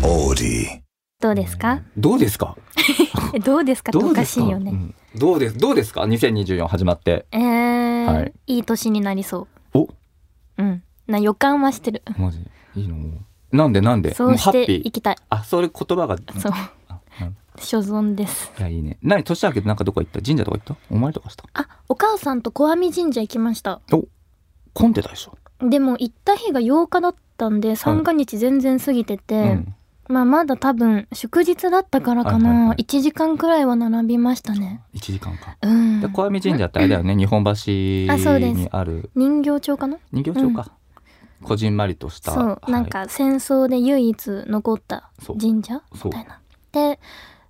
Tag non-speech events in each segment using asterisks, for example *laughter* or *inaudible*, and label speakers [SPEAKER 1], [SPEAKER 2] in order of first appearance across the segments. [SPEAKER 1] body.
[SPEAKER 2] どうですか
[SPEAKER 3] どうですか
[SPEAKER 2] えどうですかって
[SPEAKER 3] ど
[SPEAKER 2] お
[SPEAKER 3] う
[SPEAKER 2] か
[SPEAKER 3] で
[SPEAKER 2] し
[SPEAKER 3] す
[SPEAKER 2] い
[SPEAKER 3] か
[SPEAKER 2] よね。
[SPEAKER 3] うんどうですどうですか2024始まって
[SPEAKER 2] えー
[SPEAKER 3] はい
[SPEAKER 2] い、い年になりそ
[SPEAKER 3] お
[SPEAKER 2] う。うん。な予感はしてる。
[SPEAKER 3] マジいいのなんでなんで
[SPEAKER 2] そうし
[SPEAKER 3] もうハ
[SPEAKER 2] て
[SPEAKER 3] ッピ
[SPEAKER 2] い
[SPEAKER 3] ー
[SPEAKER 2] きたい。
[SPEAKER 3] あそれ言葉が
[SPEAKER 2] そう。
[SPEAKER 3] あなん
[SPEAKER 2] 所存です。
[SPEAKER 3] いやいいね何年明けてなんかどこ行った神社とか行ったお参りとかした
[SPEAKER 2] あ、お母さんと小網神社行きました。
[SPEAKER 3] 混んでたでしょ、
[SPEAKER 2] でも行った日が8日だったんで、三が日全然過ぎてて、
[SPEAKER 3] うん
[SPEAKER 2] まあまだ多分祝日だったからか
[SPEAKER 3] はいはい
[SPEAKER 2] な、
[SPEAKER 3] はい
[SPEAKER 2] 一1時間くらいは並びましたね。
[SPEAKER 3] 1時間か
[SPEAKER 2] うん
[SPEAKER 3] で。小網神社ってあれだよね日本
[SPEAKER 2] あそう
[SPEAKER 3] 橋
[SPEAKER 2] です
[SPEAKER 3] にある
[SPEAKER 2] 人形町かな
[SPEAKER 3] 人形町か、こじんまりとした
[SPEAKER 2] そう、
[SPEAKER 3] はい
[SPEAKER 2] なんか戦争で唯一残った
[SPEAKER 3] そう
[SPEAKER 2] 神社
[SPEAKER 3] そう
[SPEAKER 2] みたいな。で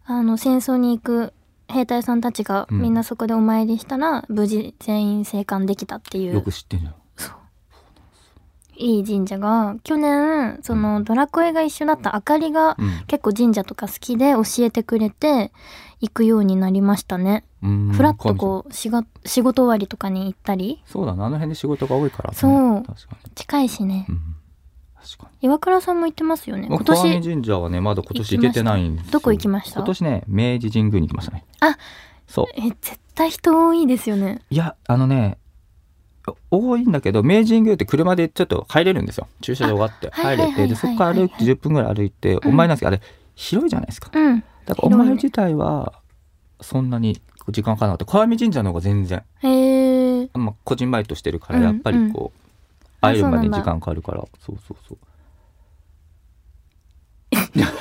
[SPEAKER 2] あの戦争に行く兵隊さんたちが
[SPEAKER 3] うん
[SPEAKER 2] みんなそこでお参りしたら、無事全員生還できたってい
[SPEAKER 3] よ
[SPEAKER 2] う
[SPEAKER 3] く知ってんじゃん
[SPEAKER 2] いい神社が去年そのドラクエが一緒だったあかりが
[SPEAKER 3] うん
[SPEAKER 2] 結構神社とか好きで教えてくれて行くようになりましたね。
[SPEAKER 3] うん
[SPEAKER 2] ふらっとこう仕事仕事終わりとかに行ったり
[SPEAKER 3] そうだなあの辺で仕事が多いから、ね、
[SPEAKER 2] そう
[SPEAKER 3] 確かに、
[SPEAKER 2] 近いしね
[SPEAKER 3] うん、確かに
[SPEAKER 2] 岩倉さんも行ってますよね
[SPEAKER 3] まあ
[SPEAKER 2] 今
[SPEAKER 3] 小
[SPEAKER 2] 年
[SPEAKER 3] 網神社はねまだ今年行けてないんですよ
[SPEAKER 2] どこ行きました
[SPEAKER 3] 今年ね明治神宮に行きましたね
[SPEAKER 2] あ
[SPEAKER 3] そう
[SPEAKER 2] え絶対人多いですよね
[SPEAKER 3] いやあのね多いんだけど明治神宮って車でちょっと入れるんですよ駐車場があって
[SPEAKER 2] あは
[SPEAKER 3] 入
[SPEAKER 2] い
[SPEAKER 3] れ
[SPEAKER 2] はい
[SPEAKER 3] てで
[SPEAKER 2] は
[SPEAKER 3] そ
[SPEAKER 2] い
[SPEAKER 3] こから歩いて
[SPEAKER 2] はい
[SPEAKER 3] 10分ぐらい歩いて
[SPEAKER 2] ん
[SPEAKER 3] お参りなんですけどあれ広いじゃないですか
[SPEAKER 2] うん
[SPEAKER 3] だからお参り自体はそんなに時間かかなくて小網神社の方が全然 *laughs*
[SPEAKER 2] へえ
[SPEAKER 3] まあこじんまりとしてるから
[SPEAKER 2] うん
[SPEAKER 3] やっぱりこう
[SPEAKER 2] あ
[SPEAKER 3] 会えるまで
[SPEAKER 2] そう
[SPEAKER 3] に
[SPEAKER 2] なんだ
[SPEAKER 3] 時間かかるからそうそうそう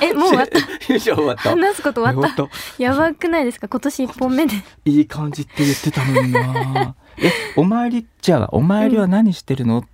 [SPEAKER 2] えもう終
[SPEAKER 3] *laughs*
[SPEAKER 2] わった
[SPEAKER 3] 以上終わった
[SPEAKER 2] 話すこと *laughs* 終わっ
[SPEAKER 3] 終わった
[SPEAKER 2] やばくないですか今年一本目で
[SPEAKER 3] いい感じって言ってたのにな *laughs* えお参りじゃあお参りは何してるの、っ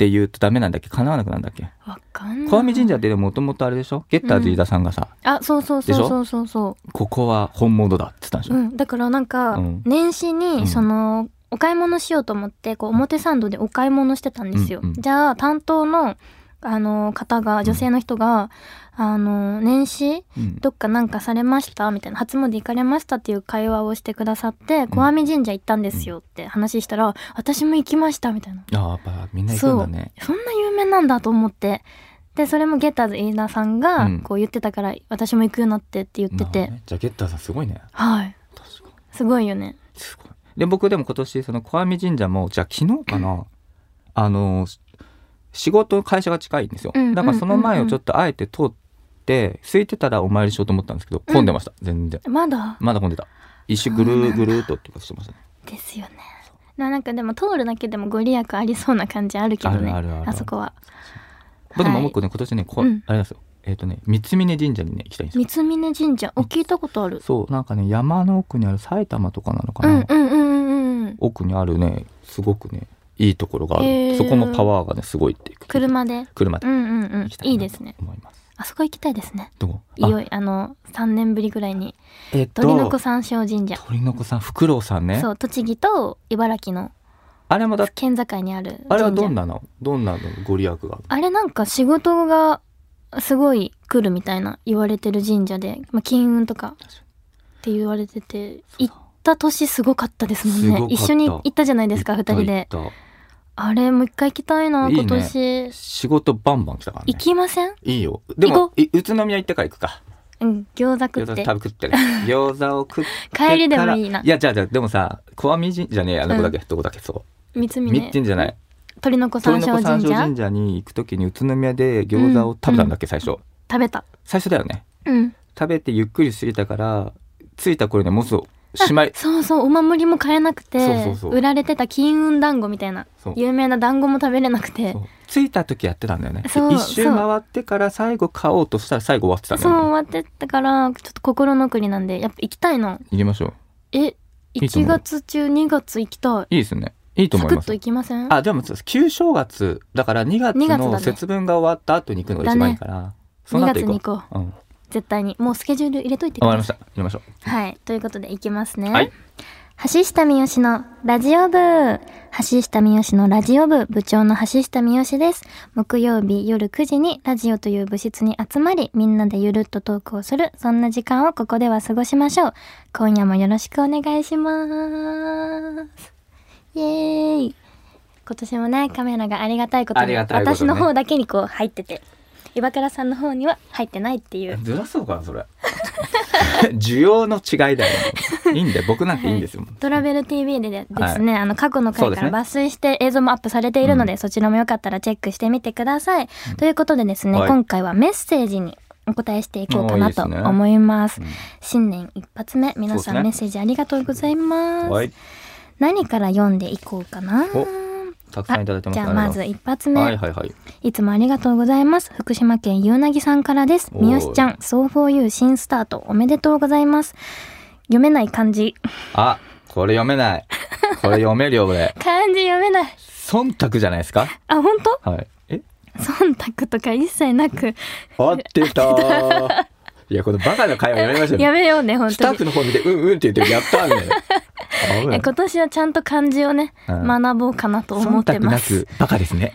[SPEAKER 3] て言うとダメなんだっけ叶わなくなるんだっけ
[SPEAKER 2] わかんない
[SPEAKER 3] 小網神社ってでももともとあれでしょゲッターズ飯田さんがさ、
[SPEAKER 2] あそうそうそ
[SPEAKER 3] で
[SPEAKER 2] う
[SPEAKER 3] しょ
[SPEAKER 2] そうそうそ
[SPEAKER 3] ここは本物だって言ったんでし
[SPEAKER 2] う
[SPEAKER 3] ょ、
[SPEAKER 2] うんだからなんか
[SPEAKER 3] うん
[SPEAKER 2] 年始
[SPEAKER 3] う
[SPEAKER 2] に
[SPEAKER 3] ん
[SPEAKER 2] そのお買い物しようと思ってこう表参道でお買い物してたんですよ
[SPEAKER 3] うんうん
[SPEAKER 2] じゃあ担当のあの方が女性の人があの年始
[SPEAKER 3] うん
[SPEAKER 2] どっかなんかされましたみたいな初詣行かれましたっていう会話をしてくださって小網神社行ったんですよって話したら私も行きましたみたいな
[SPEAKER 3] ああやっぱみんな行くんだね
[SPEAKER 2] そんな有名なんだと思ってでそれもゲッターズ飯田さんが
[SPEAKER 3] うん
[SPEAKER 2] こう言ってたから、私も行くようになってって言って
[SPEAKER 3] なるほ
[SPEAKER 2] て、
[SPEAKER 3] どねじゃあゲッターさんすごいね
[SPEAKER 2] はい
[SPEAKER 3] 確かに
[SPEAKER 2] すごいよね
[SPEAKER 3] すごいで僕でも今年その小網神社もじゃあ昨日かな、あのし仕事会社が近いんですよ、
[SPEAKER 2] うんうんうんうん
[SPEAKER 3] だからその前をちょっとあえて通って空いてたらお参りしようと思ったんですけど混んでました、全然
[SPEAKER 2] まだ
[SPEAKER 3] まだ混んでた一周ぐるーぐるーっとってかしてましたね
[SPEAKER 2] ですよねななんかでも通るだけでもご利益ありそうな感じあるけどね
[SPEAKER 3] あるあるある
[SPEAKER 2] そこは
[SPEAKER 3] 僕ももう一個ね今年ねこ、う
[SPEAKER 2] うん
[SPEAKER 3] あれなんですよえっ、とね三峰神社にね行きたいんですよ
[SPEAKER 2] 三峯神社お聞いたことある
[SPEAKER 3] そうなんかね山の奥にある埼玉とかなのか
[SPEAKER 2] う
[SPEAKER 3] な、
[SPEAKER 2] んうんうんうんうん
[SPEAKER 3] 奥にあるねすごくねいいところがある、
[SPEAKER 2] へー
[SPEAKER 3] そこもパワーがねすごいって
[SPEAKER 2] 車で
[SPEAKER 3] 車で
[SPEAKER 2] うんうんうん
[SPEAKER 3] 行きた
[SPEAKER 2] い
[SPEAKER 3] い
[SPEAKER 2] い
[SPEAKER 3] な
[SPEAKER 2] で
[SPEAKER 3] と
[SPEAKER 2] すね
[SPEAKER 3] 思います、
[SPEAKER 2] あそこ行きたいですね
[SPEAKER 3] どこ
[SPEAKER 2] いよいあの3年ぶりぐらいに
[SPEAKER 3] えっと
[SPEAKER 2] 鳥の子山椒神社
[SPEAKER 3] 鳥の子さんフクロウさんね
[SPEAKER 2] そう栃木と茨城の
[SPEAKER 3] あれもだ
[SPEAKER 2] 県境にある神社
[SPEAKER 3] あれはどんなのどんなのご利益がある
[SPEAKER 2] あれなんか仕事がすごい来るみたいな言われてる神社で、まあ、金運とか
[SPEAKER 3] 確か
[SPEAKER 2] って言われてて
[SPEAKER 3] に
[SPEAKER 2] 行った年すごかったですもん
[SPEAKER 3] すごか
[SPEAKER 2] ね
[SPEAKER 3] った
[SPEAKER 2] 一緒に行ったじゃないですか
[SPEAKER 3] 行
[SPEAKER 2] 二
[SPEAKER 3] った
[SPEAKER 2] 人で
[SPEAKER 3] 行っ
[SPEAKER 2] あれもう一回行きたいない
[SPEAKER 3] いね
[SPEAKER 2] 今年
[SPEAKER 3] た仕事バンバン来たからね
[SPEAKER 2] 行きません
[SPEAKER 3] いいよで
[SPEAKER 2] 行
[SPEAKER 3] も
[SPEAKER 2] こ
[SPEAKER 3] い宇都宮行ってから行くか
[SPEAKER 2] うん餃子
[SPEAKER 3] 餃
[SPEAKER 2] 食
[SPEAKER 3] 子
[SPEAKER 2] って
[SPEAKER 3] 食べ食ってね *laughs* 餃子を食ってから
[SPEAKER 2] 帰りでもいいない
[SPEAKER 3] やじゃあじゃあでもさ小網神じゃねえやどこだっけ、どこだっけそう
[SPEAKER 2] 三
[SPEAKER 3] みっち
[SPEAKER 2] 峰
[SPEAKER 3] んじゃない
[SPEAKER 2] 鳥の子山
[SPEAKER 3] 鳥の
[SPEAKER 2] 椒
[SPEAKER 3] 子山
[SPEAKER 2] 神
[SPEAKER 3] 椒
[SPEAKER 2] 社
[SPEAKER 3] 神社に行くときに宇都宮で餃子を食べたんだっけ、最初
[SPEAKER 2] 食べた
[SPEAKER 3] 最初だよね
[SPEAKER 2] うん
[SPEAKER 3] 食べてゆっくり過ぎたから着いた頃にはもうすぐしまい
[SPEAKER 2] そうそうお守りも買えなくて
[SPEAKER 3] そうそうそう
[SPEAKER 2] 売られてた金運団子みたいな
[SPEAKER 3] そう
[SPEAKER 2] 有名な団子も食べれなくて
[SPEAKER 3] そう着いた時やってたんだよねで
[SPEAKER 2] そう
[SPEAKER 3] 一周回ってから最後買おうとしたら最後終わってたんだ
[SPEAKER 2] そう
[SPEAKER 3] よ
[SPEAKER 2] 終
[SPEAKER 3] ね
[SPEAKER 2] わってったからちょっと心残りなんでやっぱ行きたいの
[SPEAKER 3] 行きましょう
[SPEAKER 2] え
[SPEAKER 3] いいと思う
[SPEAKER 2] 1月中2月行きたい
[SPEAKER 3] いいですねいいと
[SPEAKER 2] サ
[SPEAKER 3] 思
[SPEAKER 2] ク
[SPEAKER 3] いま
[SPEAKER 2] ッと
[SPEAKER 3] す
[SPEAKER 2] 行きません
[SPEAKER 3] あでもそうです旧正月だから2月
[SPEAKER 2] 二月だ
[SPEAKER 3] の
[SPEAKER 2] ね
[SPEAKER 3] 節分が終わった後に行くのが一番いいから、そ
[SPEAKER 2] 2
[SPEAKER 3] の後
[SPEAKER 2] 月
[SPEAKER 3] 行
[SPEAKER 2] に
[SPEAKER 3] こ
[SPEAKER 2] 行こう
[SPEAKER 3] ううん、
[SPEAKER 2] 絶対にもうスケジュール入れといてく
[SPEAKER 3] 終わ
[SPEAKER 2] だ
[SPEAKER 3] り
[SPEAKER 2] さ
[SPEAKER 3] ま
[SPEAKER 2] い
[SPEAKER 3] した行きましょう
[SPEAKER 2] はいということで行きますね、
[SPEAKER 3] はい
[SPEAKER 2] 橋下三好のラジオ部橋下三好のラジオ部部長の橋下三好です木曜日夜9時にラジオという部室に集まりみんなでゆるっとトークをするそんな時間をここでは過ごしましょう今夜もよろしくお願いしますイエーイ今年もねカメラがありがたいことに
[SPEAKER 3] ありがたいこと
[SPEAKER 2] 私
[SPEAKER 3] にね
[SPEAKER 2] の方だけにこう入ってて岩倉さんの方には入ってないっていう。
[SPEAKER 3] ずらそうかなそれ *laughs* 需要の違いだよいいんで僕なんていいんですよ、
[SPEAKER 2] トラベル TV でですね、あの過去の
[SPEAKER 3] そ
[SPEAKER 2] 回
[SPEAKER 3] うで
[SPEAKER 2] か
[SPEAKER 3] す
[SPEAKER 2] ら
[SPEAKER 3] ね
[SPEAKER 2] 抜粋して映像もアップされているので、
[SPEAKER 3] う
[SPEAKER 2] そちらもよかったらチェックしてみてください。ということでですね、
[SPEAKER 3] はい
[SPEAKER 2] 今回はメッセージにお答えしていこうか
[SPEAKER 3] おーい
[SPEAKER 2] ない
[SPEAKER 3] で
[SPEAKER 2] と
[SPEAKER 3] すね
[SPEAKER 2] 思います。
[SPEAKER 3] うん
[SPEAKER 2] 新年一発目、皆さん、
[SPEAKER 3] そう
[SPEAKER 2] メッ
[SPEAKER 3] ですね
[SPEAKER 2] セージありがとうございます。
[SPEAKER 3] はい
[SPEAKER 2] 何から読んでいこうかな。
[SPEAKER 3] おたくさんいただいてます
[SPEAKER 2] じ
[SPEAKER 3] ね
[SPEAKER 2] ゃあまず一発目、
[SPEAKER 3] はい
[SPEAKER 2] い
[SPEAKER 3] はいはい
[SPEAKER 2] つもありがとうございます福島県ゆうなぎさんからです
[SPEAKER 3] おー
[SPEAKER 2] みよしちゃん So4U 新スタートおめでとうございます読めない漢字 *laughs*
[SPEAKER 3] あこれ読めないこれ読めるよ俺
[SPEAKER 2] 漢字読めない
[SPEAKER 3] 忖度じゃないですか
[SPEAKER 2] あ本当
[SPEAKER 3] はいえ
[SPEAKER 2] 忖度とか一切なく
[SPEAKER 3] 合ってた
[SPEAKER 2] *laughs*
[SPEAKER 3] ーいやこのバカな会話やめましょう
[SPEAKER 2] や
[SPEAKER 3] よ
[SPEAKER 2] めようね本
[SPEAKER 3] スタッ
[SPEAKER 2] 当に
[SPEAKER 3] フの方見てうんうんって言ってやったーみ
[SPEAKER 2] *laughs*
[SPEAKER 3] たいな危
[SPEAKER 2] い
[SPEAKER 3] な
[SPEAKER 2] や
[SPEAKER 3] い
[SPEAKER 2] 今年はちゃんと漢字をね、
[SPEAKER 3] うん
[SPEAKER 2] 学ぼうかなと思っ
[SPEAKER 3] 忖
[SPEAKER 2] て
[SPEAKER 3] 度
[SPEAKER 2] ま
[SPEAKER 3] な
[SPEAKER 2] す
[SPEAKER 3] くバカですね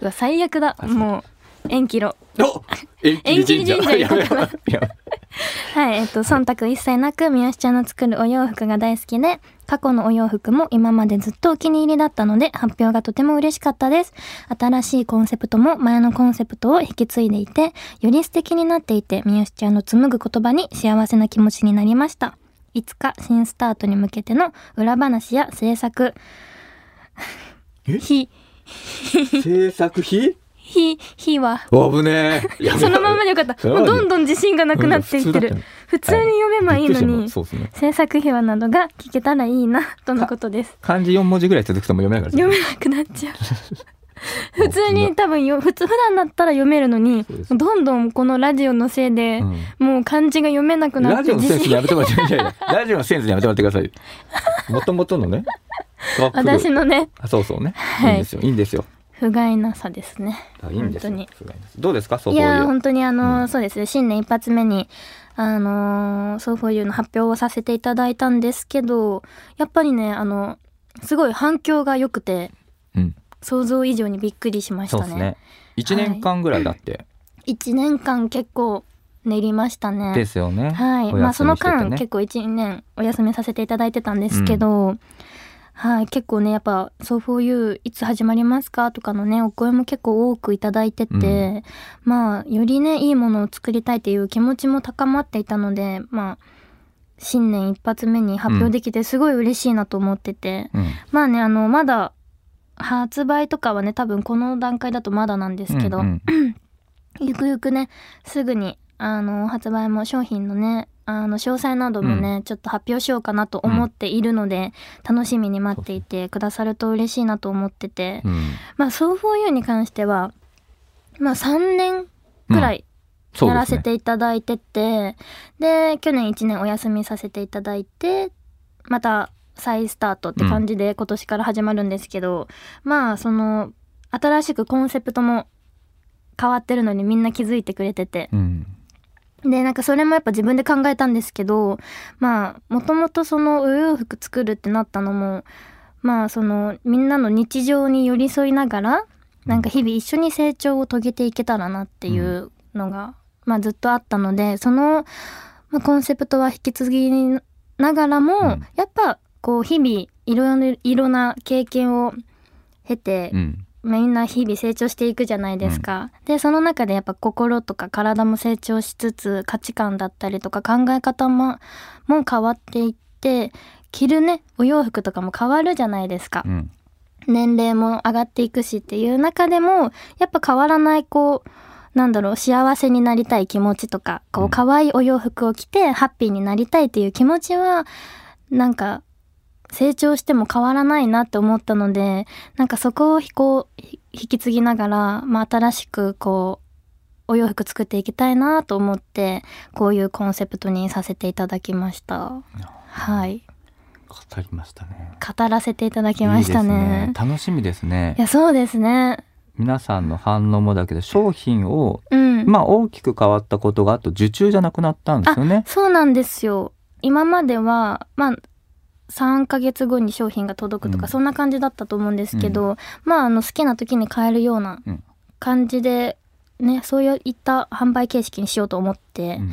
[SPEAKER 2] うわ最悪だ
[SPEAKER 3] そう
[SPEAKER 2] もう縁切ろう
[SPEAKER 3] お縁切り
[SPEAKER 2] 縁
[SPEAKER 3] 神
[SPEAKER 2] 切
[SPEAKER 3] 社
[SPEAKER 2] り神社行こうかな
[SPEAKER 3] やめようやめよう
[SPEAKER 2] はい、えっと、忖度一切なく、三好ちゃんの作るお洋服が大好きで、過去のお洋服も今までずっとお気に入りだったので、発表がとても嬉しかったです。新しいコンセプトも前のコンセプトを引き継いでいて、より素敵になっていて、三好ちゃんの紡ぐ言葉に幸せな気持ちになりました。いつか新スタートに向けての裏話や制作、
[SPEAKER 3] え
[SPEAKER 2] ひ、
[SPEAKER 3] 制作費
[SPEAKER 2] ひ、ひは、
[SPEAKER 3] 危ねえやばい
[SPEAKER 2] そのままでよかった。
[SPEAKER 3] その
[SPEAKER 2] も
[SPEAKER 3] ま
[SPEAKER 2] う
[SPEAKER 3] まで
[SPEAKER 2] どんどん自信がなくなっていって
[SPEAKER 3] う
[SPEAKER 2] る
[SPEAKER 3] ん。
[SPEAKER 2] 普通に読めばいいの
[SPEAKER 3] びっくり
[SPEAKER 2] に。
[SPEAKER 3] してもそうですね
[SPEAKER 2] 制作秘話などが聞けたらいいなとのことです
[SPEAKER 3] 漢字四文字ぐらい続くともう読めないから
[SPEAKER 2] *laughs* 読
[SPEAKER 3] ね
[SPEAKER 2] めなく
[SPEAKER 3] *laughs*
[SPEAKER 2] なっちゃう普通に多分よ普通普段だったら読めるのに
[SPEAKER 3] そうです
[SPEAKER 2] どんどんこのラジオのせいで、もう漢字が読めなく
[SPEAKER 3] うん
[SPEAKER 2] な
[SPEAKER 3] ラ
[SPEAKER 2] って
[SPEAKER 3] ジオのセン
[SPEAKER 2] 自
[SPEAKER 3] ス
[SPEAKER 2] 信
[SPEAKER 3] にやめてもらっていやいやラジオのセンスにやめてもらってくださいもともとのねが来る
[SPEAKER 2] *laughs* 私のね
[SPEAKER 3] あそうそうね、
[SPEAKER 2] はい
[SPEAKER 3] い、いんですよいいんですよ
[SPEAKER 2] 不甲斐なさですね
[SPEAKER 3] あいいんですよ
[SPEAKER 2] 本当に
[SPEAKER 3] すごいですどうですかそう
[SPEAKER 2] い
[SPEAKER 3] こう
[SPEAKER 2] やー
[SPEAKER 3] いう
[SPEAKER 2] 本当にあのー
[SPEAKER 3] うん
[SPEAKER 2] そうですね新年一発目にあのー「そうフォーユーの発表をさせていただいたんですけどやっぱりねあのすごい反響が良くて
[SPEAKER 3] うん
[SPEAKER 2] 想像以上にびっくりしました
[SPEAKER 3] そうですね一年間ぐらいだって、
[SPEAKER 2] 1年間結構練りましたね。
[SPEAKER 3] ですよね
[SPEAKER 2] はい、
[SPEAKER 3] お
[SPEAKER 2] まあ
[SPEAKER 3] 休
[SPEAKER 2] そ
[SPEAKER 3] み
[SPEAKER 2] の
[SPEAKER 3] しててね
[SPEAKER 2] 間結構1年お休みさせていただいてたんですけど、はい結構ねやっぱ「そう for you いつ始まりますか?」とかのねお声も結構多くいただいてて、まあよりねいいものを作りたいっていう気持ちも高まっていたのでまあ新年一発目に発表できてすごい嬉しいなと思ってて、
[SPEAKER 3] うん
[SPEAKER 2] まあねあのまだ発売とかはね多分この段階だとまだなんですけど、
[SPEAKER 3] うんうん
[SPEAKER 2] ゆくゆくねすぐにあの発売も商品のねあの詳細などもね、ちょっと発表しようかなと思っているので、楽しみに待っていてくださると嬉しいなと思ってて、
[SPEAKER 3] うん
[SPEAKER 2] *laughs* まあ「そう for you」に関してはまあ3年くらい
[SPEAKER 3] そう
[SPEAKER 2] や
[SPEAKER 3] で
[SPEAKER 2] ら
[SPEAKER 3] すね
[SPEAKER 2] せていただいてて、で,、去年1年お休みさせていただいてまた再スタートって感じで今年から始まるんですけど、まあその新しくコンセプトも変わってるのにみんな気づいてくれてて
[SPEAKER 3] うん
[SPEAKER 2] でなんかそれもやっぱ自分で考えたんですけどまあもともとそのお洋服作るってなったのもまあそのみんなの日常に寄り添いながらなんか日々一緒に成長を遂げていけたらなっていうのが、まあずっとあったのでその、まあ、コンセプトは引き継ぎながらも、
[SPEAKER 3] うん
[SPEAKER 2] やっぱこう日々いろいろいろな経験を経て
[SPEAKER 3] うん
[SPEAKER 2] みんな日々成長していくじゃないですか、でその中でやっぱ心とか体も成長しつつ価値観だったりとか考え方もも変わっていって着るねお洋服とかも変わるじゃないですか
[SPEAKER 3] う、ん
[SPEAKER 2] 年齢も上がっていくしっていう中でもやっぱ変わらないこうなんだろう幸せになりたい気持ちとかこ
[SPEAKER 3] う
[SPEAKER 2] うん可愛いお洋服を着てハッピーになりたいっていう気持ちはなんか成長しても変わらないなって思ったのでなんかそこをひこうひ引き継ぎながら、まあ、新しくこうお洋服作っていきたいなと思ってこういうコンセプトにさせていただきましたはい
[SPEAKER 3] 語りましたね
[SPEAKER 2] 語らせていただきました
[SPEAKER 3] いい
[SPEAKER 2] ね
[SPEAKER 3] です楽しみですね
[SPEAKER 2] いやそうですね
[SPEAKER 3] 皆さんの反応もだけど商品を
[SPEAKER 2] うん、
[SPEAKER 3] まあ大きく変わったことがあと受注じゃなくなったんですよね。
[SPEAKER 2] そうなんですよ今まではまあ3ヶ月後に商品が届くとか、
[SPEAKER 3] うん
[SPEAKER 2] そんな感じだったと思うんですけど、まああの好きな時に買えるような
[SPEAKER 3] うん
[SPEAKER 2] 感じで、ねそういった販売形式にしようと思って、
[SPEAKER 3] うん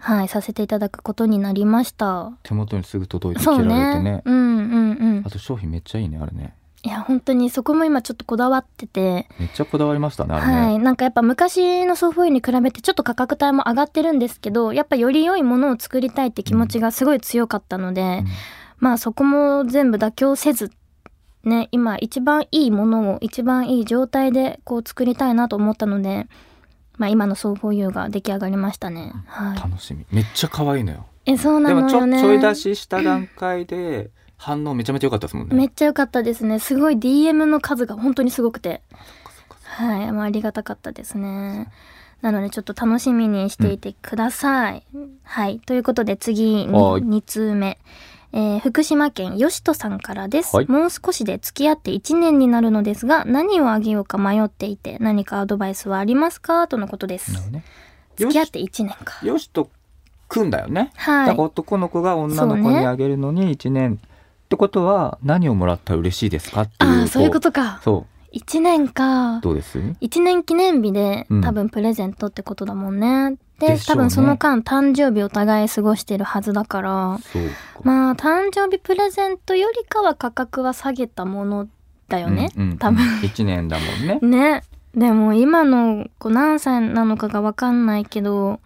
[SPEAKER 2] はいさせていただくことになりました
[SPEAKER 3] 手元にすぐ届いて着
[SPEAKER 2] そ
[SPEAKER 3] ら
[SPEAKER 2] う
[SPEAKER 3] れてね
[SPEAKER 2] ねうんうんうん
[SPEAKER 3] あと商品めっちゃいいねあれね
[SPEAKER 2] いや本当にそこも今ちょっとこだわってて、
[SPEAKER 3] めっちゃこだわりましたね、あれね。
[SPEAKER 2] はい、なんかやっぱ昔のソフトウェアに比べてちょっと価格帯も上がってるんですけどやっぱより良いものを作りたいって気持ちがすごい強かったので、
[SPEAKER 3] うん
[SPEAKER 2] まあそこも全部妥協せずね今一番いいものを一番いい状態でこう作りたいなと思ったので、まあ、今のソフトウェアが出来上がりましたね。はい、
[SPEAKER 3] 楽しみ。めっちゃ可愛いのよ。
[SPEAKER 2] えそうな
[SPEAKER 3] で
[SPEAKER 2] の
[SPEAKER 3] もちょ
[SPEAKER 2] よね
[SPEAKER 3] ちょい出しした段階で反応めちゃめちゃ良かったですもんね。
[SPEAKER 2] めっちゃ良かったですねすごい DM の数が本当にすごくて
[SPEAKER 3] そっか
[SPEAKER 2] はい、まあ、ありがたかったですねなのでちょっと楽しみにしていてください、はいということで次に
[SPEAKER 3] はい
[SPEAKER 2] 2通目えー福島県よしとさんからです、
[SPEAKER 3] はい
[SPEAKER 2] もう少しで付き合って1年になるのですが何をあげようか迷っていて何かアドバイスはありますかとのことで
[SPEAKER 3] なるほ
[SPEAKER 2] す
[SPEAKER 3] どね。
[SPEAKER 2] 付き合って1年か
[SPEAKER 3] よしとくんだよね。だ
[SPEAKER 2] は
[SPEAKER 3] から
[SPEAKER 2] い
[SPEAKER 3] 男の子が女の
[SPEAKER 2] そ
[SPEAKER 3] 子
[SPEAKER 2] うね
[SPEAKER 3] にあげるのに1年、ってことは何をもらったら嬉しいですかっていう
[SPEAKER 2] ああそういうことか
[SPEAKER 3] そ
[SPEAKER 2] 1年か
[SPEAKER 3] うどうです
[SPEAKER 2] 1年記念日で
[SPEAKER 3] うん
[SPEAKER 2] 多分プレゼントってことだもんね。で
[SPEAKER 3] でしょ
[SPEAKER 2] 多
[SPEAKER 3] うね
[SPEAKER 2] 分その間誕生日お互い過ごしてるはずだから
[SPEAKER 3] そうか
[SPEAKER 2] まあ誕生日プレゼントよりかは価格は下げたものだよね、
[SPEAKER 3] うんうん、
[SPEAKER 2] 多分。
[SPEAKER 3] 1年だもんね
[SPEAKER 2] ねでも今の子何歳なのかが分かんないけど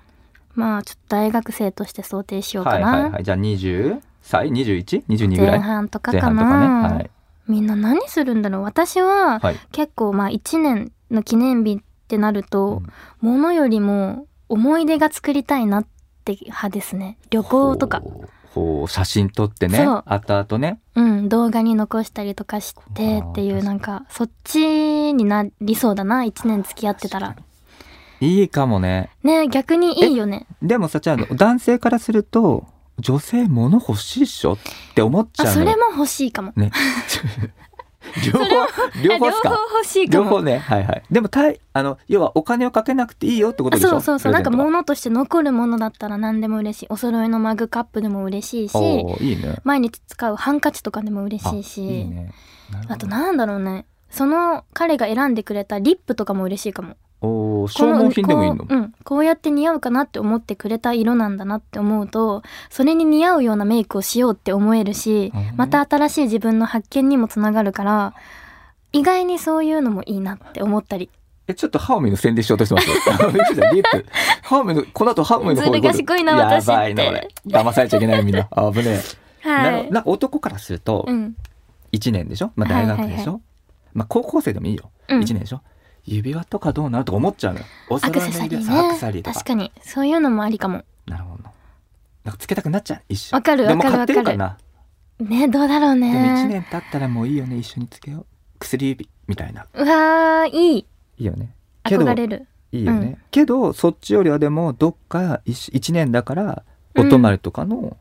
[SPEAKER 2] まあちょっと大学生として想定しよう
[SPEAKER 3] は
[SPEAKER 2] か
[SPEAKER 3] い
[SPEAKER 2] な、
[SPEAKER 3] はいはいじゃあ20歳 21?22 ぐら
[SPEAKER 2] 前
[SPEAKER 3] い
[SPEAKER 2] 半とか
[SPEAKER 3] 前
[SPEAKER 2] か
[SPEAKER 3] 半と
[SPEAKER 2] な、
[SPEAKER 3] かね
[SPEAKER 2] みんな何するんだろう私は
[SPEAKER 3] はい、はい、
[SPEAKER 2] 結構まあ1年の記念日ってなると、ものよりも思い出が作りたいなって派ですね旅行とか
[SPEAKER 3] ほうほう写真撮ってね
[SPEAKER 2] そう
[SPEAKER 3] 後々ね
[SPEAKER 2] うん動画に残したりとかして
[SPEAKER 3] あー
[SPEAKER 2] っていう
[SPEAKER 3] 確かに
[SPEAKER 2] なんかそっちになりそうだな1年付き合ってたら
[SPEAKER 3] いいかもね
[SPEAKER 2] ね逆にいいよね
[SPEAKER 3] でもさちゃん男性からすると女性物欲しいっしょって思っち
[SPEAKER 2] あ
[SPEAKER 3] ゃう
[SPEAKER 2] そ
[SPEAKER 3] の
[SPEAKER 2] れ
[SPEAKER 3] よ
[SPEAKER 2] も欲しいかも
[SPEAKER 3] ね両方両方っす
[SPEAKER 2] あ
[SPEAKER 3] か
[SPEAKER 2] 欲しいか
[SPEAKER 3] 両
[SPEAKER 2] も
[SPEAKER 3] 方ねはいはいでもたいあの要はお金をかけなくていいよってこと
[SPEAKER 2] あ
[SPEAKER 3] でしょ
[SPEAKER 2] そうそうそうなんか
[SPEAKER 3] プレゼン
[SPEAKER 2] 物として残るものだったら何でも嬉しいお揃いのマグカップでも嬉しい
[SPEAKER 3] トは
[SPEAKER 2] し
[SPEAKER 3] おーいいね
[SPEAKER 2] 毎日使うハンカチとかでも嬉しいし
[SPEAKER 3] あいいねなるほど
[SPEAKER 2] あとなんだろうね。その彼が選んでくれたリップとかも嬉しいかも。
[SPEAKER 3] おー消耗品でもいいの
[SPEAKER 2] このこううん。こうやって似合うかなって思ってくれた色なんだなって思うと、それに似合うようなメイクをしようって思えるし
[SPEAKER 3] うん、
[SPEAKER 2] また新しい自分の発見にもつながるから、意外にそういうのもいいなって思ったり。
[SPEAKER 3] え、ちょっとハオミの宣伝しようとして
[SPEAKER 2] *laughs*
[SPEAKER 3] ます。びっくりしたリップ。ハオミの、この後ハオミの方
[SPEAKER 2] ずる賢いな私って
[SPEAKER 3] やばいな、俺。騙されちゃいけないみん
[SPEAKER 2] *laughs*
[SPEAKER 3] な。あ危ねえ。
[SPEAKER 2] は。
[SPEAKER 3] ないなんか男からすると
[SPEAKER 2] う、ん。
[SPEAKER 3] 1年でしょまあ大学で
[SPEAKER 2] はい
[SPEAKER 3] し
[SPEAKER 2] はいは
[SPEAKER 3] ょまあ高校生でもいいよ。
[SPEAKER 2] う
[SPEAKER 3] 1
[SPEAKER 2] ん
[SPEAKER 3] 年でしょ指輪とかどうなるとか思っちゃうのよ。お
[SPEAKER 2] ア
[SPEAKER 3] 揃
[SPEAKER 2] ク
[SPEAKER 3] いの
[SPEAKER 2] セサリ
[SPEAKER 3] 指輪
[SPEAKER 2] ー
[SPEAKER 3] そうアクセサリ
[SPEAKER 2] ね。
[SPEAKER 3] ーとか
[SPEAKER 2] 確。かに。そういうのもありかも。
[SPEAKER 3] なるほど。なんかつけたくなっちゃう。一緒。
[SPEAKER 2] わかる
[SPEAKER 3] でも
[SPEAKER 2] わかる
[SPEAKER 3] 買ってるかな。
[SPEAKER 2] ね、どうだろう
[SPEAKER 3] でも1
[SPEAKER 2] ね。
[SPEAKER 3] 年経ったらもういいよね、一緒につけよう。薬指みたいな。
[SPEAKER 2] うわー、いい。
[SPEAKER 3] いいよね。けど
[SPEAKER 2] 憧れる。
[SPEAKER 3] いいよね、
[SPEAKER 2] うん
[SPEAKER 3] けどそっちよりはでもどっか1年だからお泊まりとかの、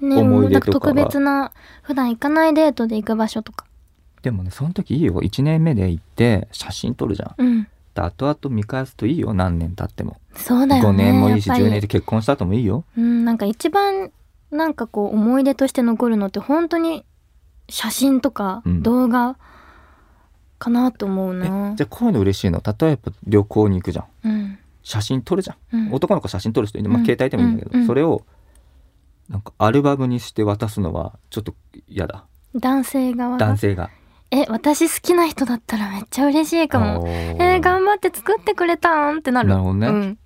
[SPEAKER 2] ね、
[SPEAKER 3] 思い出
[SPEAKER 2] なんか
[SPEAKER 3] とか
[SPEAKER 2] 特
[SPEAKER 3] は
[SPEAKER 2] 別な、普段行かないデートで行く場所とか。
[SPEAKER 3] でもねその時いいよ1年目で行って写真撮るじゃん
[SPEAKER 2] うん。
[SPEAKER 3] で後々見返すといいよ何年経っても、
[SPEAKER 2] そうだよ
[SPEAKER 3] 5
[SPEAKER 2] ね。
[SPEAKER 3] 年もいいし
[SPEAKER 2] やっぱり
[SPEAKER 3] 10年で結婚した後もいいよ
[SPEAKER 2] うん、なんか一番、なんかこう、思い出として残るのって、本当に、写真とか
[SPEAKER 3] う、ん
[SPEAKER 2] 動画、かなと思う
[SPEAKER 3] え
[SPEAKER 2] な
[SPEAKER 3] じ。ゃあこういうの嬉しいの例えば旅行に行くじゃん
[SPEAKER 2] うん。
[SPEAKER 3] 写真撮るじゃん、
[SPEAKER 2] うん
[SPEAKER 3] 男の子写真撮る人いる、まあ、
[SPEAKER 2] うん
[SPEAKER 3] 携帯でもいいんだけど、
[SPEAKER 2] うんうん
[SPEAKER 3] それをなんかアルバムにして渡すのはちょっと嫌だ
[SPEAKER 2] 男性側が
[SPEAKER 3] 男。性が
[SPEAKER 2] え、私好きな人だったらめっちゃ嬉しいかも。えー、頑張って作ってくれたんってなる。
[SPEAKER 3] なるほどね
[SPEAKER 2] うん。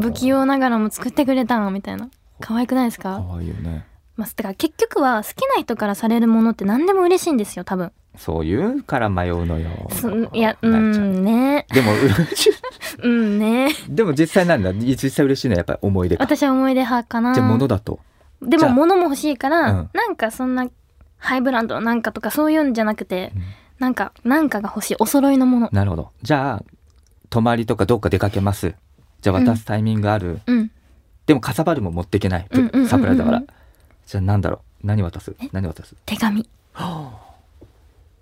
[SPEAKER 2] 不器用ながらも作ってくれたんみたいな。可愛くないです
[SPEAKER 3] か
[SPEAKER 2] か
[SPEAKER 3] わいいよね
[SPEAKER 2] まあ、だから結局は好きな人からされるものって何でも嬉しいんですよ、多分。
[SPEAKER 3] そういうから迷うのよ
[SPEAKER 2] そいや、う
[SPEAKER 3] なっちゃうん
[SPEAKER 2] ね。
[SPEAKER 3] でも、 *laughs* 嬉しい
[SPEAKER 2] う
[SPEAKER 3] *laughs*
[SPEAKER 2] んね。
[SPEAKER 3] でも実際なんだ。実際嬉しいのはやっぱり思い出か。
[SPEAKER 2] 私は思い出派かな。
[SPEAKER 3] じゃあ物だと。
[SPEAKER 2] で
[SPEAKER 3] じゃ
[SPEAKER 2] も
[SPEAKER 3] あ
[SPEAKER 2] 物も欲しいから、
[SPEAKER 3] うん
[SPEAKER 2] なんかそんなハイブランドのなんかとかそういうんじゃなくて、
[SPEAKER 3] うん
[SPEAKER 2] なんかなんかが欲しいお揃いのもの
[SPEAKER 3] なるほど。じゃあ、泊まりとかどっか出かけます。じゃあ渡すタイミングある。
[SPEAKER 2] うん
[SPEAKER 3] でもかさばるも持っていけない。
[SPEAKER 2] うんうんうんうん
[SPEAKER 3] サプライズだから。じゃあなんだろう。何渡す
[SPEAKER 2] え
[SPEAKER 3] 何渡す
[SPEAKER 2] 手紙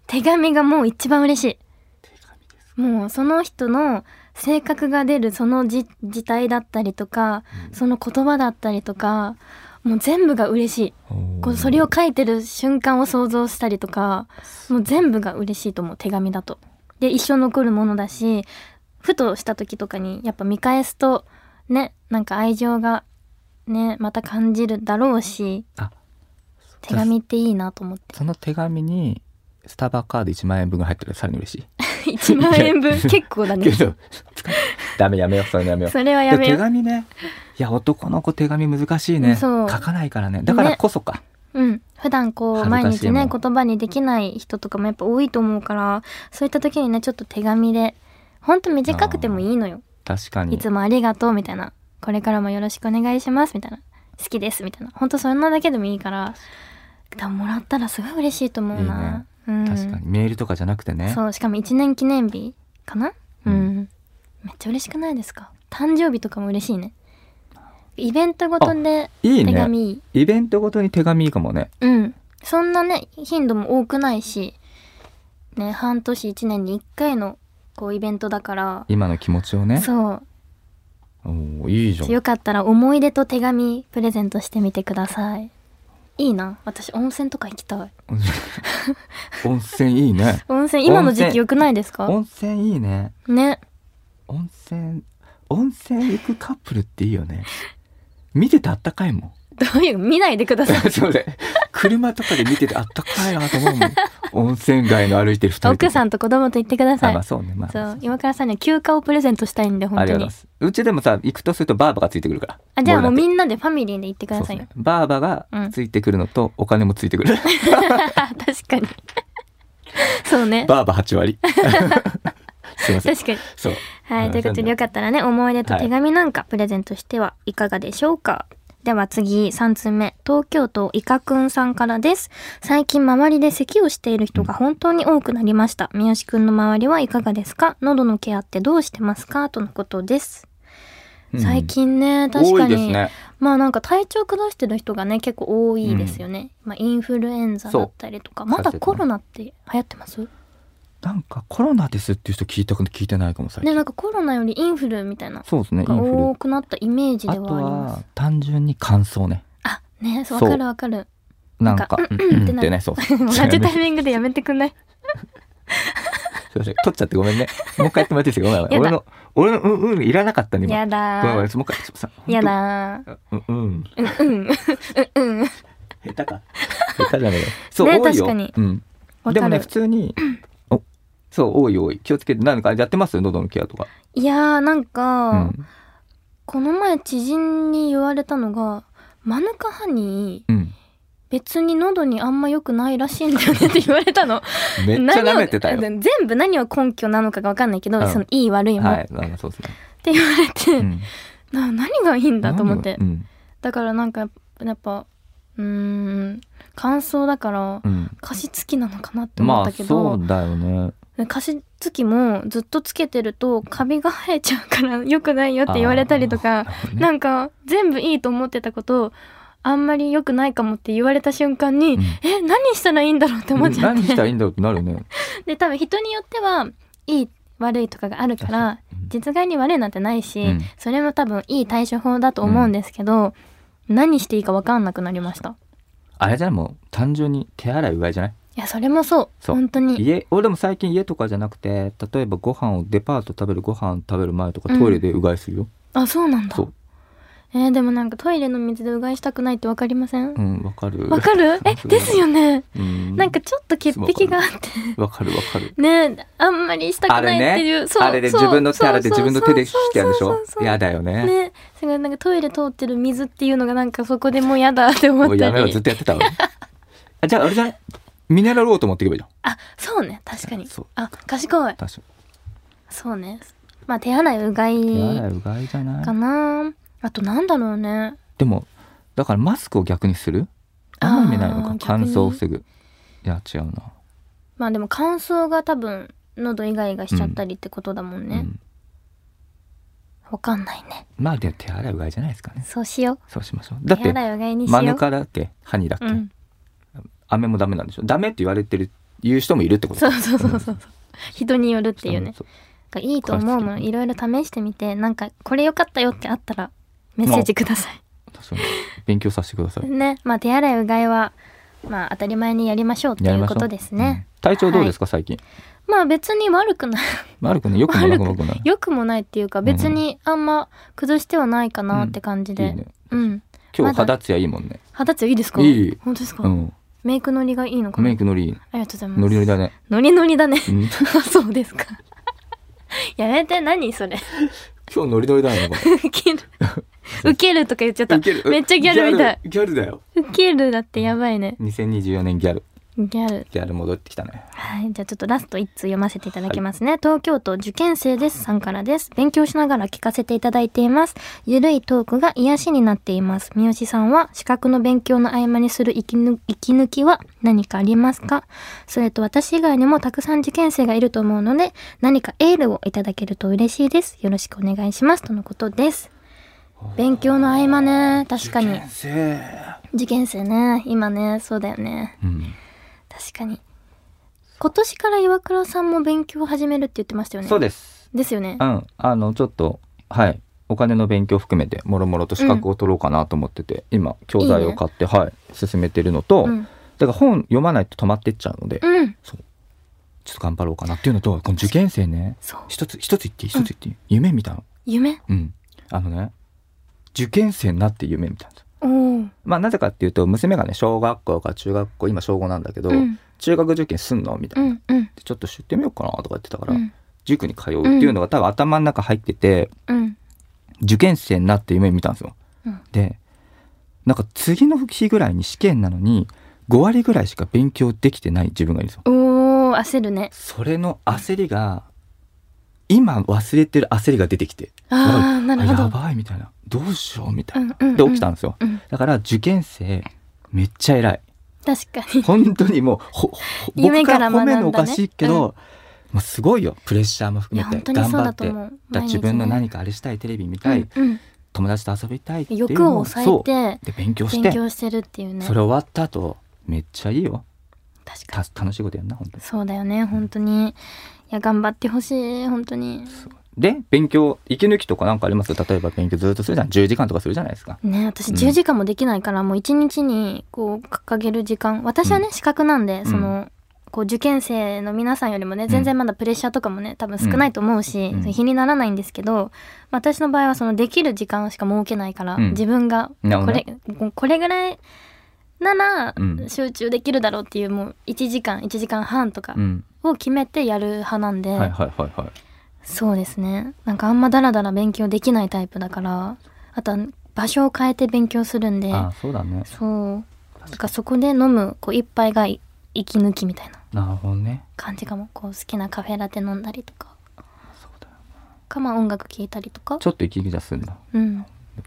[SPEAKER 2] 手紙がもう一番嬉し
[SPEAKER 3] 手紙です。
[SPEAKER 2] いもうその人の性格が出るそのじ事態だったりとか、その言葉だったりとかもう全部が嬉しいこうそれを書いてる瞬間を想像したりとかもう全部が嬉しいと思う手紙だと。で一生残るものだしふとした時とかにやっぱ見返すとねなんか愛情がねまた感じるだろうし
[SPEAKER 3] あ
[SPEAKER 2] 手紙っていいなと思って。
[SPEAKER 3] その手紙に、スタバカード1万円分が入ってるらさらに嬉し *laughs* い。
[SPEAKER 2] 1万円分結構だ
[SPEAKER 3] け
[SPEAKER 2] ね
[SPEAKER 3] ど、 *laughs* ダメやめよう、そういうのやめよう。
[SPEAKER 2] それはや
[SPEAKER 3] で
[SPEAKER 2] め
[SPEAKER 3] 手
[SPEAKER 2] よう
[SPEAKER 3] 紙ねいや男の子手紙難しいね
[SPEAKER 2] そ
[SPEAKER 3] 書
[SPEAKER 2] う
[SPEAKER 3] かないからねだからこそか、
[SPEAKER 2] うん普段こう
[SPEAKER 3] 恥ずかしい
[SPEAKER 2] 毎日ね
[SPEAKER 3] もん
[SPEAKER 2] 言葉にできない人とかもやっぱ多いと思うからそういった時にねちょっと手紙でほんと短くてもいいのよ
[SPEAKER 3] 確かに
[SPEAKER 2] いつもありがとうみたいなこれからもよろしくお願いしますみたいな好きですみたいなほんとそんなだけでもいいから多分もらったらすごい嬉しいと思うなうん
[SPEAKER 3] 確かにメールとかじゃなくてね
[SPEAKER 2] そうしかも1年記念日かなう、
[SPEAKER 3] うんん
[SPEAKER 2] めっちゃ嬉しくないですか誕生日とかも嬉しいねイベントごとで
[SPEAKER 3] いい
[SPEAKER 2] 手
[SPEAKER 3] ね
[SPEAKER 2] 紙いい
[SPEAKER 3] イベントごとに手紙いいかもね
[SPEAKER 2] うんそんなね頻度も多くないしね半年1年に1回のこうイベントだから
[SPEAKER 3] 今の気持ちをね
[SPEAKER 2] そう
[SPEAKER 3] おーいいじゃん
[SPEAKER 2] よかったら思い出と手紙プレゼントしてみてくださいいいな私温泉とか行きたい
[SPEAKER 3] *laughs* 温泉いいね
[SPEAKER 2] 温泉今の
[SPEAKER 3] 温
[SPEAKER 2] 時期
[SPEAKER 3] 泉
[SPEAKER 2] よくないですか
[SPEAKER 3] 温泉いいね
[SPEAKER 2] ね
[SPEAKER 3] 温泉温泉行くカップルっていいよね見ててあったかいもん
[SPEAKER 2] どういう見ないでくださ
[SPEAKER 3] *laughs*
[SPEAKER 2] い
[SPEAKER 3] すいません車とかで見ててあったかいなと思 *laughs* うもん温泉街の歩いてる二人とか
[SPEAKER 2] 奥さんと子供と行ってくださ
[SPEAKER 3] あ
[SPEAKER 2] い
[SPEAKER 3] まあそうねまあ
[SPEAKER 2] そう今からさんには休暇をプレゼントしたいんで
[SPEAKER 3] あ
[SPEAKER 2] 本
[SPEAKER 3] りが
[SPEAKER 2] 当
[SPEAKER 3] とうござい
[SPEAKER 2] に
[SPEAKER 3] ます。うちでもさ、行くとするとバーバがついてくるから。
[SPEAKER 2] あじゃあもうみ
[SPEAKER 3] ん
[SPEAKER 2] んなでファミリーで行ってく
[SPEAKER 3] な
[SPEAKER 2] だ
[SPEAKER 3] そ
[SPEAKER 2] さ
[SPEAKER 3] う
[SPEAKER 2] い
[SPEAKER 3] です
[SPEAKER 2] よ
[SPEAKER 3] ね、バーバが
[SPEAKER 2] うん
[SPEAKER 3] ついてくるのと、お金もついてく *laughs* る。
[SPEAKER 2] 確かに *laughs* そうね
[SPEAKER 3] バーバ8割。 *laughs* すいません。
[SPEAKER 2] 確かに
[SPEAKER 3] そう。
[SPEAKER 2] はい、ということでよかったらね思い出と手紙なんかプレゼントしてはいかがでしょうか、では次3通目東京都イカくんさんからです最近周りで咳をしている人が本当に多くなりました三好くんの周りはいかがですか喉のケアってどうしてますかとのことです
[SPEAKER 3] うん
[SPEAKER 2] 最近ね、確か
[SPEAKER 3] 多いです
[SPEAKER 2] に、
[SPEAKER 3] ね。
[SPEAKER 2] まあなんか体調崩してる人がね結構多いですよね、まあインフルエンザだったりとか
[SPEAKER 3] そう
[SPEAKER 2] まだコロナって流行ってます
[SPEAKER 3] なんかコロナですっていう人聞いたこと聞いてないかも最近。
[SPEAKER 2] ねなんかコロナよりインフルみたいな
[SPEAKER 3] そうですね、イン
[SPEAKER 2] が
[SPEAKER 3] フ
[SPEAKER 2] 多
[SPEAKER 3] ル。
[SPEAKER 2] くなったイメージ
[SPEAKER 3] あ
[SPEAKER 2] では
[SPEAKER 3] と
[SPEAKER 2] あります
[SPEAKER 3] は、単純に乾燥ね。
[SPEAKER 2] あねそう
[SPEAKER 3] そ
[SPEAKER 2] わ
[SPEAKER 3] う
[SPEAKER 2] かるわかる
[SPEAKER 3] なんか、
[SPEAKER 2] なん
[SPEAKER 3] う
[SPEAKER 2] か
[SPEAKER 3] ん
[SPEAKER 2] うんうん
[SPEAKER 3] うん
[SPEAKER 2] って
[SPEAKER 3] っ
[SPEAKER 2] な
[SPEAKER 3] てね、そう。すい
[SPEAKER 2] 同
[SPEAKER 3] ま *laughs*
[SPEAKER 2] じ
[SPEAKER 3] せんすい
[SPEAKER 2] タイミングでやめてくんない
[SPEAKER 3] ません。取っちゃってご
[SPEAKER 2] *laughs*
[SPEAKER 3] めんね。もう一回やってもらっていいですかごめんごめん。
[SPEAKER 2] や
[SPEAKER 3] 俺
[SPEAKER 2] だ
[SPEAKER 3] の、俺の、うん、うん、いらなかったね、今。
[SPEAKER 2] や
[SPEAKER 3] ごめんごめ
[SPEAKER 2] だ
[SPEAKER 3] ん、もう一回。すいません
[SPEAKER 2] ーや。だー
[SPEAKER 3] うん、うん。
[SPEAKER 2] うんうんうんうん
[SPEAKER 3] 下手か下手じゃねえよそう、
[SPEAKER 2] *laughs* ね
[SPEAKER 3] 多いよ
[SPEAKER 2] 確かに
[SPEAKER 3] うん、*laughs*
[SPEAKER 2] わ
[SPEAKER 3] で
[SPEAKER 2] か
[SPEAKER 3] もね
[SPEAKER 2] る
[SPEAKER 3] 普通
[SPEAKER 2] *clears throat*
[SPEAKER 3] におそう多い多い気をつけて何かやってます喉のケアとか、
[SPEAKER 2] いやーなんか、
[SPEAKER 3] うん
[SPEAKER 2] この前知人に言われたのがマヌカハニー
[SPEAKER 3] うん、
[SPEAKER 2] 別に喉にあんま良くないらしいんだよねって言われたの
[SPEAKER 3] *laughs* めっちゃ舐めてたよ
[SPEAKER 2] 何を全部何は根拠なのかがわかんないけど、
[SPEAKER 3] うん
[SPEAKER 2] そのいい悪いも、
[SPEAKER 3] は
[SPEAKER 2] っ
[SPEAKER 3] いなんかそうですね、
[SPEAKER 2] て言われ *laughs* て、
[SPEAKER 3] うん、
[SPEAKER 2] な何がいいんだと思って
[SPEAKER 3] うん
[SPEAKER 2] だからなんかやっぱうーん乾燥だから
[SPEAKER 3] うん
[SPEAKER 2] 加湿器なのかなって思
[SPEAKER 3] ま
[SPEAKER 2] っ
[SPEAKER 3] あ
[SPEAKER 2] たけど、
[SPEAKER 3] そうだよね
[SPEAKER 2] 加湿器もずっとつけてるとカビが生えちゃうから *laughs* 良くないよって言われたりとか、
[SPEAKER 3] な
[SPEAKER 2] なんんか全部いいと思ってたことをあんまり良くないかもって言われた瞬間に、え何したらいいんだろうって思っちゃっ
[SPEAKER 3] 何したら
[SPEAKER 2] て
[SPEAKER 3] いいんだろうってなるよ
[SPEAKER 2] *laughs*
[SPEAKER 3] ね
[SPEAKER 2] で多分人によってはいい悪いとかがあるから
[SPEAKER 3] うん
[SPEAKER 2] 実害に悪いなんてないし、
[SPEAKER 3] うん
[SPEAKER 2] それも多分いい対処法だと思うんですけど、何していいか分かんなくなりました
[SPEAKER 3] あれじゃないもう単純に手洗いうがいじゃない
[SPEAKER 2] いやそれもそう
[SPEAKER 3] そう
[SPEAKER 2] 本当に
[SPEAKER 3] 家俺でも最近家とかじゃなくて例えばご飯をデパート食べるご飯食べる前とか
[SPEAKER 2] うん
[SPEAKER 3] トイレでうがいするよ、
[SPEAKER 2] あそうなんだ
[SPEAKER 3] そう
[SPEAKER 2] えーでもなんかトイレの水でうがいしたくないって分かりません
[SPEAKER 3] うんわかる
[SPEAKER 2] わか
[SPEAKER 3] *laughs*
[SPEAKER 2] るえ
[SPEAKER 3] そう
[SPEAKER 2] ですよね
[SPEAKER 3] うん
[SPEAKER 2] なんかちょっと潔癖があって
[SPEAKER 3] わかるわかる。
[SPEAKER 2] ねあんまりしたくないっていう、そう
[SPEAKER 3] あれで
[SPEAKER 2] そう
[SPEAKER 3] 自分の手洗って
[SPEAKER 2] そ
[SPEAKER 3] 自
[SPEAKER 2] う
[SPEAKER 3] 分の手で引きやるでし
[SPEAKER 2] そ
[SPEAKER 3] ょ
[SPEAKER 2] うそうそうそう
[SPEAKER 3] やだよね。
[SPEAKER 2] ねそれがなんかトイレ通ってる水っていうのがなんかそこでもうやだって思
[SPEAKER 3] も
[SPEAKER 2] っ
[SPEAKER 3] う
[SPEAKER 2] た
[SPEAKER 3] やめろ、
[SPEAKER 2] り
[SPEAKER 3] ずっとやってたわ。 *laughs* あじゃあ、あれじゃないミネラルウォーター持っていけばいいじ
[SPEAKER 2] あそうね確かに
[SPEAKER 3] そう
[SPEAKER 2] あ賢い
[SPEAKER 3] ゃん。確か
[SPEAKER 2] そうねまあ手洗いうがい
[SPEAKER 3] に。手洗いうがいじゃな
[SPEAKER 2] か
[SPEAKER 3] い
[SPEAKER 2] なあとなんだろうね
[SPEAKER 3] でも、だからマスクを逆にするあんまり意味ないの
[SPEAKER 2] あー
[SPEAKER 3] か。
[SPEAKER 2] 逆
[SPEAKER 3] 乾
[SPEAKER 2] に
[SPEAKER 3] 燥を防ぐ。いや、違うな。
[SPEAKER 2] まあでも乾燥が多分喉イガイガしちゃったりってことだもん
[SPEAKER 3] う
[SPEAKER 2] ね
[SPEAKER 3] ん
[SPEAKER 2] わかんないね
[SPEAKER 3] まあ、でも手洗いうがいじゃないですかね。
[SPEAKER 2] そうしよう
[SPEAKER 3] そうしましょう。だっ
[SPEAKER 2] 手
[SPEAKER 3] て、
[SPEAKER 2] 洗いうがいにしよ
[SPEAKER 3] マ
[SPEAKER 2] う
[SPEAKER 3] ヌカだっけハニだっけ
[SPEAKER 2] うん
[SPEAKER 3] 飴もダメなんでしょダメって言われてる、言う人もいるってこと
[SPEAKER 2] そうそうそうそう。人によるっていうね。
[SPEAKER 3] そう
[SPEAKER 2] がいいと思うものいろいろ試してみて、なんかこれ良かったよってあったらメッセージくださ
[SPEAKER 3] 確かに。勉強させてくださ
[SPEAKER 2] *laughs*
[SPEAKER 3] い
[SPEAKER 2] い。。ね、まあ手洗いうがいはまあ当たり前にやりましょうって
[SPEAKER 3] や
[SPEAKER 2] い
[SPEAKER 3] り
[SPEAKER 2] う
[SPEAKER 3] まし
[SPEAKER 2] こ
[SPEAKER 3] ょう
[SPEAKER 2] とですね。
[SPEAKER 3] うん体調どうですか、最近。
[SPEAKER 2] まあ別に悪くない、 *laughs*
[SPEAKER 3] 悪くない。よくもなく
[SPEAKER 2] 悪く
[SPEAKER 3] もなくもない。
[SPEAKER 2] 良くもないっていうか別にあんま崩してはないかなって感じ
[SPEAKER 3] いい
[SPEAKER 2] で
[SPEAKER 3] ね。
[SPEAKER 2] うん。
[SPEAKER 3] 今
[SPEAKER 2] ま
[SPEAKER 3] 日
[SPEAKER 2] だ
[SPEAKER 3] 肌ツヤいいもんね。
[SPEAKER 2] 肌ついいですか？
[SPEAKER 3] いい
[SPEAKER 2] 本当ですか？
[SPEAKER 3] うん。
[SPEAKER 2] メイクノリがいいのかな
[SPEAKER 3] メイクノリ、
[SPEAKER 2] ありがとうございます
[SPEAKER 3] ノリノリだね。
[SPEAKER 2] ノリノリだね
[SPEAKER 3] うん
[SPEAKER 2] あ *laughs* そうですかやめて何それ
[SPEAKER 3] 今日ノリノリだよね、こ
[SPEAKER 2] *laughs* ウ
[SPEAKER 3] *laughs*
[SPEAKER 2] ケるウケるとか言っちゃった
[SPEAKER 3] れ。ウケる
[SPEAKER 2] めっちゃギャルみたい。
[SPEAKER 3] ギャルギャルだよ。
[SPEAKER 2] ウケるだってやばいね
[SPEAKER 3] 2024年ギャル。
[SPEAKER 2] ギャル
[SPEAKER 3] ギャル戻ってきたね。
[SPEAKER 2] はい。じゃあちょっとラスト1通読ませていただきますね。東京都受験生ですさんからです。勉強しながら聞かせていただいています。ゆるいトークが癒しになっています。三好さんは資格の勉強の合間にする息抜息抜きは何かありますかそれと私以外にもたくさん受験生がいると思うので、何かエールをいただけると嬉しいです。よろしくお願いします。とのことです。勉強の合間ね。確かに
[SPEAKER 3] 受験。生
[SPEAKER 2] 受験生ね。今ね。そうだよね。
[SPEAKER 3] うん。
[SPEAKER 2] 確かに今年から岩倉さんも勉強を始めるって言ってましたよね
[SPEAKER 3] そうです。
[SPEAKER 2] ですよね
[SPEAKER 3] うん。あの、ちょっと、はい。お金の勉強含めて、もろもろと資格を取ろうかなと思ってて、今、教材を買って、はい、進めてるのと、
[SPEAKER 2] うん、
[SPEAKER 3] だから本読まないと止まってっちゃうので、
[SPEAKER 2] うん、
[SPEAKER 3] ちょっと頑張ろうかなっていうのと、この受験生ね、
[SPEAKER 2] そう
[SPEAKER 3] 一つ、一つ言っていい、一つ言っていい、夢見たの。
[SPEAKER 2] 夢
[SPEAKER 3] うん。あのね、受験生になって夢見たんです。
[SPEAKER 2] おー
[SPEAKER 3] まあ、なぜかっていうと、娘がね、小学校か中学校、今小5なんだけど、
[SPEAKER 2] うん
[SPEAKER 3] 中学受験すんのみた
[SPEAKER 2] う
[SPEAKER 3] いな。
[SPEAKER 2] んうん
[SPEAKER 3] でちょっと知ってみようかなとか言ってたか
[SPEAKER 2] う
[SPEAKER 3] ら、
[SPEAKER 2] ん
[SPEAKER 3] 塾に通うっていうのが多分頭の中入ってて、
[SPEAKER 2] うん
[SPEAKER 3] 受験生になって夢見たんですよ。
[SPEAKER 2] うん
[SPEAKER 3] で、なんか次の日ぐらいに試験なのに、5割ぐらいしか勉強できてない自分がいるんですよ。
[SPEAKER 2] おー焦るね
[SPEAKER 3] それの焦りが、今忘れてる焦りが出てきて、
[SPEAKER 2] あーなるほ
[SPEAKER 3] や
[SPEAKER 2] ど
[SPEAKER 3] ばいみたいな、どうしようみた
[SPEAKER 2] う
[SPEAKER 3] い
[SPEAKER 2] ん
[SPEAKER 3] な。
[SPEAKER 2] うんうん
[SPEAKER 3] で、起きたんですよ。
[SPEAKER 2] うん
[SPEAKER 3] だから受験生、めっちゃ偉い。
[SPEAKER 2] 確かに
[SPEAKER 3] 本当にもうほほ
[SPEAKER 2] 夢
[SPEAKER 3] 僕
[SPEAKER 2] か
[SPEAKER 3] からら
[SPEAKER 2] 学
[SPEAKER 3] 褒
[SPEAKER 2] んだね
[SPEAKER 3] めるのおかしいけど、まあ、すごいよプレッシャーも
[SPEAKER 2] い
[SPEAKER 3] 含
[SPEAKER 2] や
[SPEAKER 3] め
[SPEAKER 2] 本
[SPEAKER 3] て
[SPEAKER 2] 当に
[SPEAKER 3] 頑
[SPEAKER 2] そう
[SPEAKER 3] 張
[SPEAKER 2] だ
[SPEAKER 3] ってだ
[SPEAKER 2] と思う
[SPEAKER 3] から自分の何
[SPEAKER 2] か
[SPEAKER 3] かあれしたいテレビ見たい、
[SPEAKER 2] うん
[SPEAKER 3] 友達と遊びたいっていう
[SPEAKER 2] 欲
[SPEAKER 3] の
[SPEAKER 2] を
[SPEAKER 3] を
[SPEAKER 2] 抑
[SPEAKER 3] そ
[SPEAKER 2] え
[SPEAKER 3] うで勉強
[SPEAKER 2] て
[SPEAKER 3] し
[SPEAKER 2] 勉
[SPEAKER 3] て
[SPEAKER 2] 強してるっていうね
[SPEAKER 3] それ終わった後めっちゃいいよ
[SPEAKER 2] 確か
[SPEAKER 3] た
[SPEAKER 2] に
[SPEAKER 3] 楽しいことやんな本当に
[SPEAKER 2] そうだよね本当にいや頑張ってほしい本当に
[SPEAKER 3] で勉強息抜きとかなんかあります例えば勉強ずっとするじゃん10時間とかするじゃないですか
[SPEAKER 2] ね私
[SPEAKER 3] うん
[SPEAKER 2] 10時間もできないから、もう1日にこう掲げる時間私はね、資格なんで
[SPEAKER 3] ん
[SPEAKER 2] その、こう受験生の皆さんよりもね
[SPEAKER 3] ん
[SPEAKER 2] 全然まだプレッシャーとかもね多分少ないと思うし、
[SPEAKER 3] うん
[SPEAKER 2] それ日にならないんですけど、まあ私の場合はそのできる時間しか設けないから、
[SPEAKER 3] うん
[SPEAKER 2] 自分が
[SPEAKER 3] なるほ
[SPEAKER 2] こ
[SPEAKER 3] ど
[SPEAKER 2] れ
[SPEAKER 3] ね
[SPEAKER 2] ここれぐらいなら
[SPEAKER 3] うん
[SPEAKER 2] 集中できるだろうっていうもう1時間1時間半とか
[SPEAKER 3] うん
[SPEAKER 2] を決めてやる派なんで、
[SPEAKER 3] はいはいはいはい
[SPEAKER 2] そうですねなんかあんまダラダラ勉強できないタイプだからあとは場所を変えて勉強するんで
[SPEAKER 3] ああそうだね
[SPEAKER 2] そうだからそこで飲むこう一杯がい息抜きみたいな
[SPEAKER 3] なるほどね
[SPEAKER 2] 感じかもこう好きなカフェラテ飲んだりとか
[SPEAKER 3] そうだよ
[SPEAKER 2] かまあ音楽聴いたりとか
[SPEAKER 3] ちょっと息抜きじゃすんだ
[SPEAKER 2] うん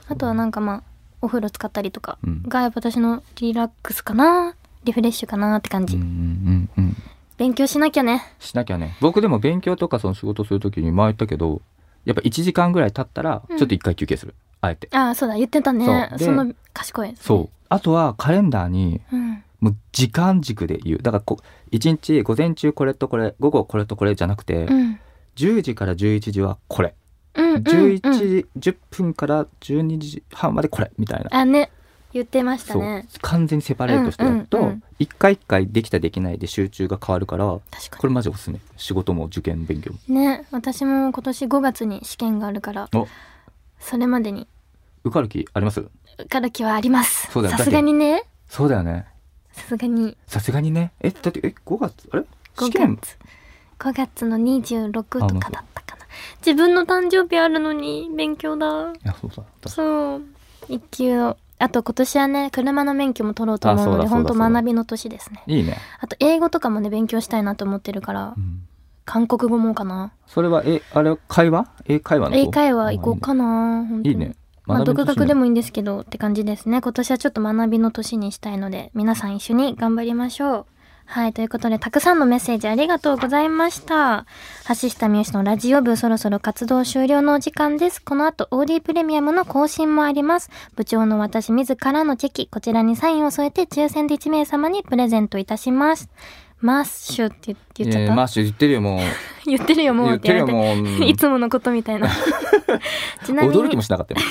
[SPEAKER 2] あとはなんかまあお風呂使ったりとか
[SPEAKER 3] うん
[SPEAKER 2] が私のリラックスかなリフレッシュかなって感
[SPEAKER 3] うん
[SPEAKER 2] じ、
[SPEAKER 3] うんうんうん
[SPEAKER 2] 勉強しなきゃね
[SPEAKER 3] しなきゃね僕でも勉強とかその仕事するときに前言ったけどやっぱ1時間ぐらい経ったらち
[SPEAKER 2] う
[SPEAKER 3] ょ
[SPEAKER 2] ん
[SPEAKER 3] っと1回休憩する、あえて
[SPEAKER 2] ああそうだ言ってたね
[SPEAKER 3] そう
[SPEAKER 2] そ
[SPEAKER 3] で
[SPEAKER 2] の賢い
[SPEAKER 3] そうあとはカレンダーに
[SPEAKER 2] う、うん、
[SPEAKER 3] もう時間軸で言うだからこ1日午前中これとこれ午後これとこれじゃなくて、
[SPEAKER 2] うん
[SPEAKER 3] 10時から11時はこれ、
[SPEAKER 2] うんうん
[SPEAKER 3] 11
[SPEAKER 2] うん
[SPEAKER 3] 時10分から12時半までこれみたいな、
[SPEAKER 2] あね言ってました
[SPEAKER 3] そう
[SPEAKER 2] ね
[SPEAKER 3] 完全にセパレートしてやる
[SPEAKER 2] うんうんう
[SPEAKER 3] と
[SPEAKER 2] ん
[SPEAKER 3] 一回一回できたできないで集中が変わるから
[SPEAKER 2] 確か
[SPEAKER 3] これマジおすすめ仕事も受験勉強も
[SPEAKER 2] にね私も今年5月に試験があるから
[SPEAKER 3] お
[SPEAKER 2] それまでに
[SPEAKER 3] 受かる気あります
[SPEAKER 2] 受かる気はあります
[SPEAKER 3] そうだよ
[SPEAKER 2] さすがにね
[SPEAKER 3] そうだよね
[SPEAKER 2] さすがに
[SPEAKER 3] さすがにねえだってえ5月あれ試
[SPEAKER 2] 5
[SPEAKER 3] 験
[SPEAKER 2] 月5月の26と
[SPEAKER 3] あもう
[SPEAKER 2] かだったかな自分の誕生日あるのに勉強だ
[SPEAKER 3] いやそうだ
[SPEAKER 2] そう一級をあと今年はね車の免許も取ろうと思うので
[SPEAKER 3] あそうだそ
[SPEAKER 2] 本
[SPEAKER 3] うだ
[SPEAKER 2] 当
[SPEAKER 3] そうだ
[SPEAKER 2] 学びの年ですね
[SPEAKER 3] いいね、
[SPEAKER 2] あと英語とかもね勉強したいなと思ってるから
[SPEAKER 3] うん、
[SPEAKER 2] 韓国語もかな
[SPEAKER 3] それはえあれは会話英会話の方
[SPEAKER 2] 英会話行こうかな本当
[SPEAKER 3] い
[SPEAKER 2] に
[SPEAKER 3] いね
[SPEAKER 2] まあ、独学で
[SPEAKER 3] も
[SPEAKER 2] もいいんですけどって感じですね今年はちょっと学びの年にしたいので皆さん一緒に頑張りましょうはいということでたくさんのメッセージありがとうございました橋下美由のラジオ部そろそろ活動終了のお時間ですこの後 OD プレミアムの更新もあります部長の私自らのチェキこちらにサインを添えて抽選で1名様にプレゼントいたしますマッシュって言っちゃった、
[SPEAKER 3] マッシュ言ってるよもう
[SPEAKER 2] 言ってるよもう
[SPEAKER 3] 言
[SPEAKER 2] っ
[SPEAKER 3] っててる
[SPEAKER 2] 言
[SPEAKER 3] よ
[SPEAKER 2] われて
[SPEAKER 3] もう、うん
[SPEAKER 2] *laughs* いつものことみたい
[SPEAKER 3] *laughs*
[SPEAKER 2] なちなみに
[SPEAKER 3] 驚きもしなかったよ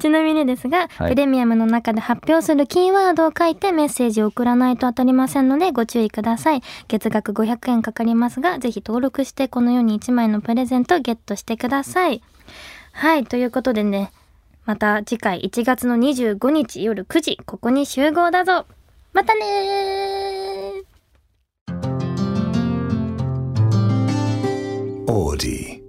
[SPEAKER 2] ちなみにですが、
[SPEAKER 3] はい
[SPEAKER 2] プレミアムの中で発表するキーワードを書いてメッセージを送らないと当たりませんのでご注意ください。月額500円かかりますが、ぜひ登録してこのように1枚のプレゼントをゲットしてください。はい、ということでね、また次回1月の25日夜9時、ここに集合だぞまたねー
[SPEAKER 1] Audi.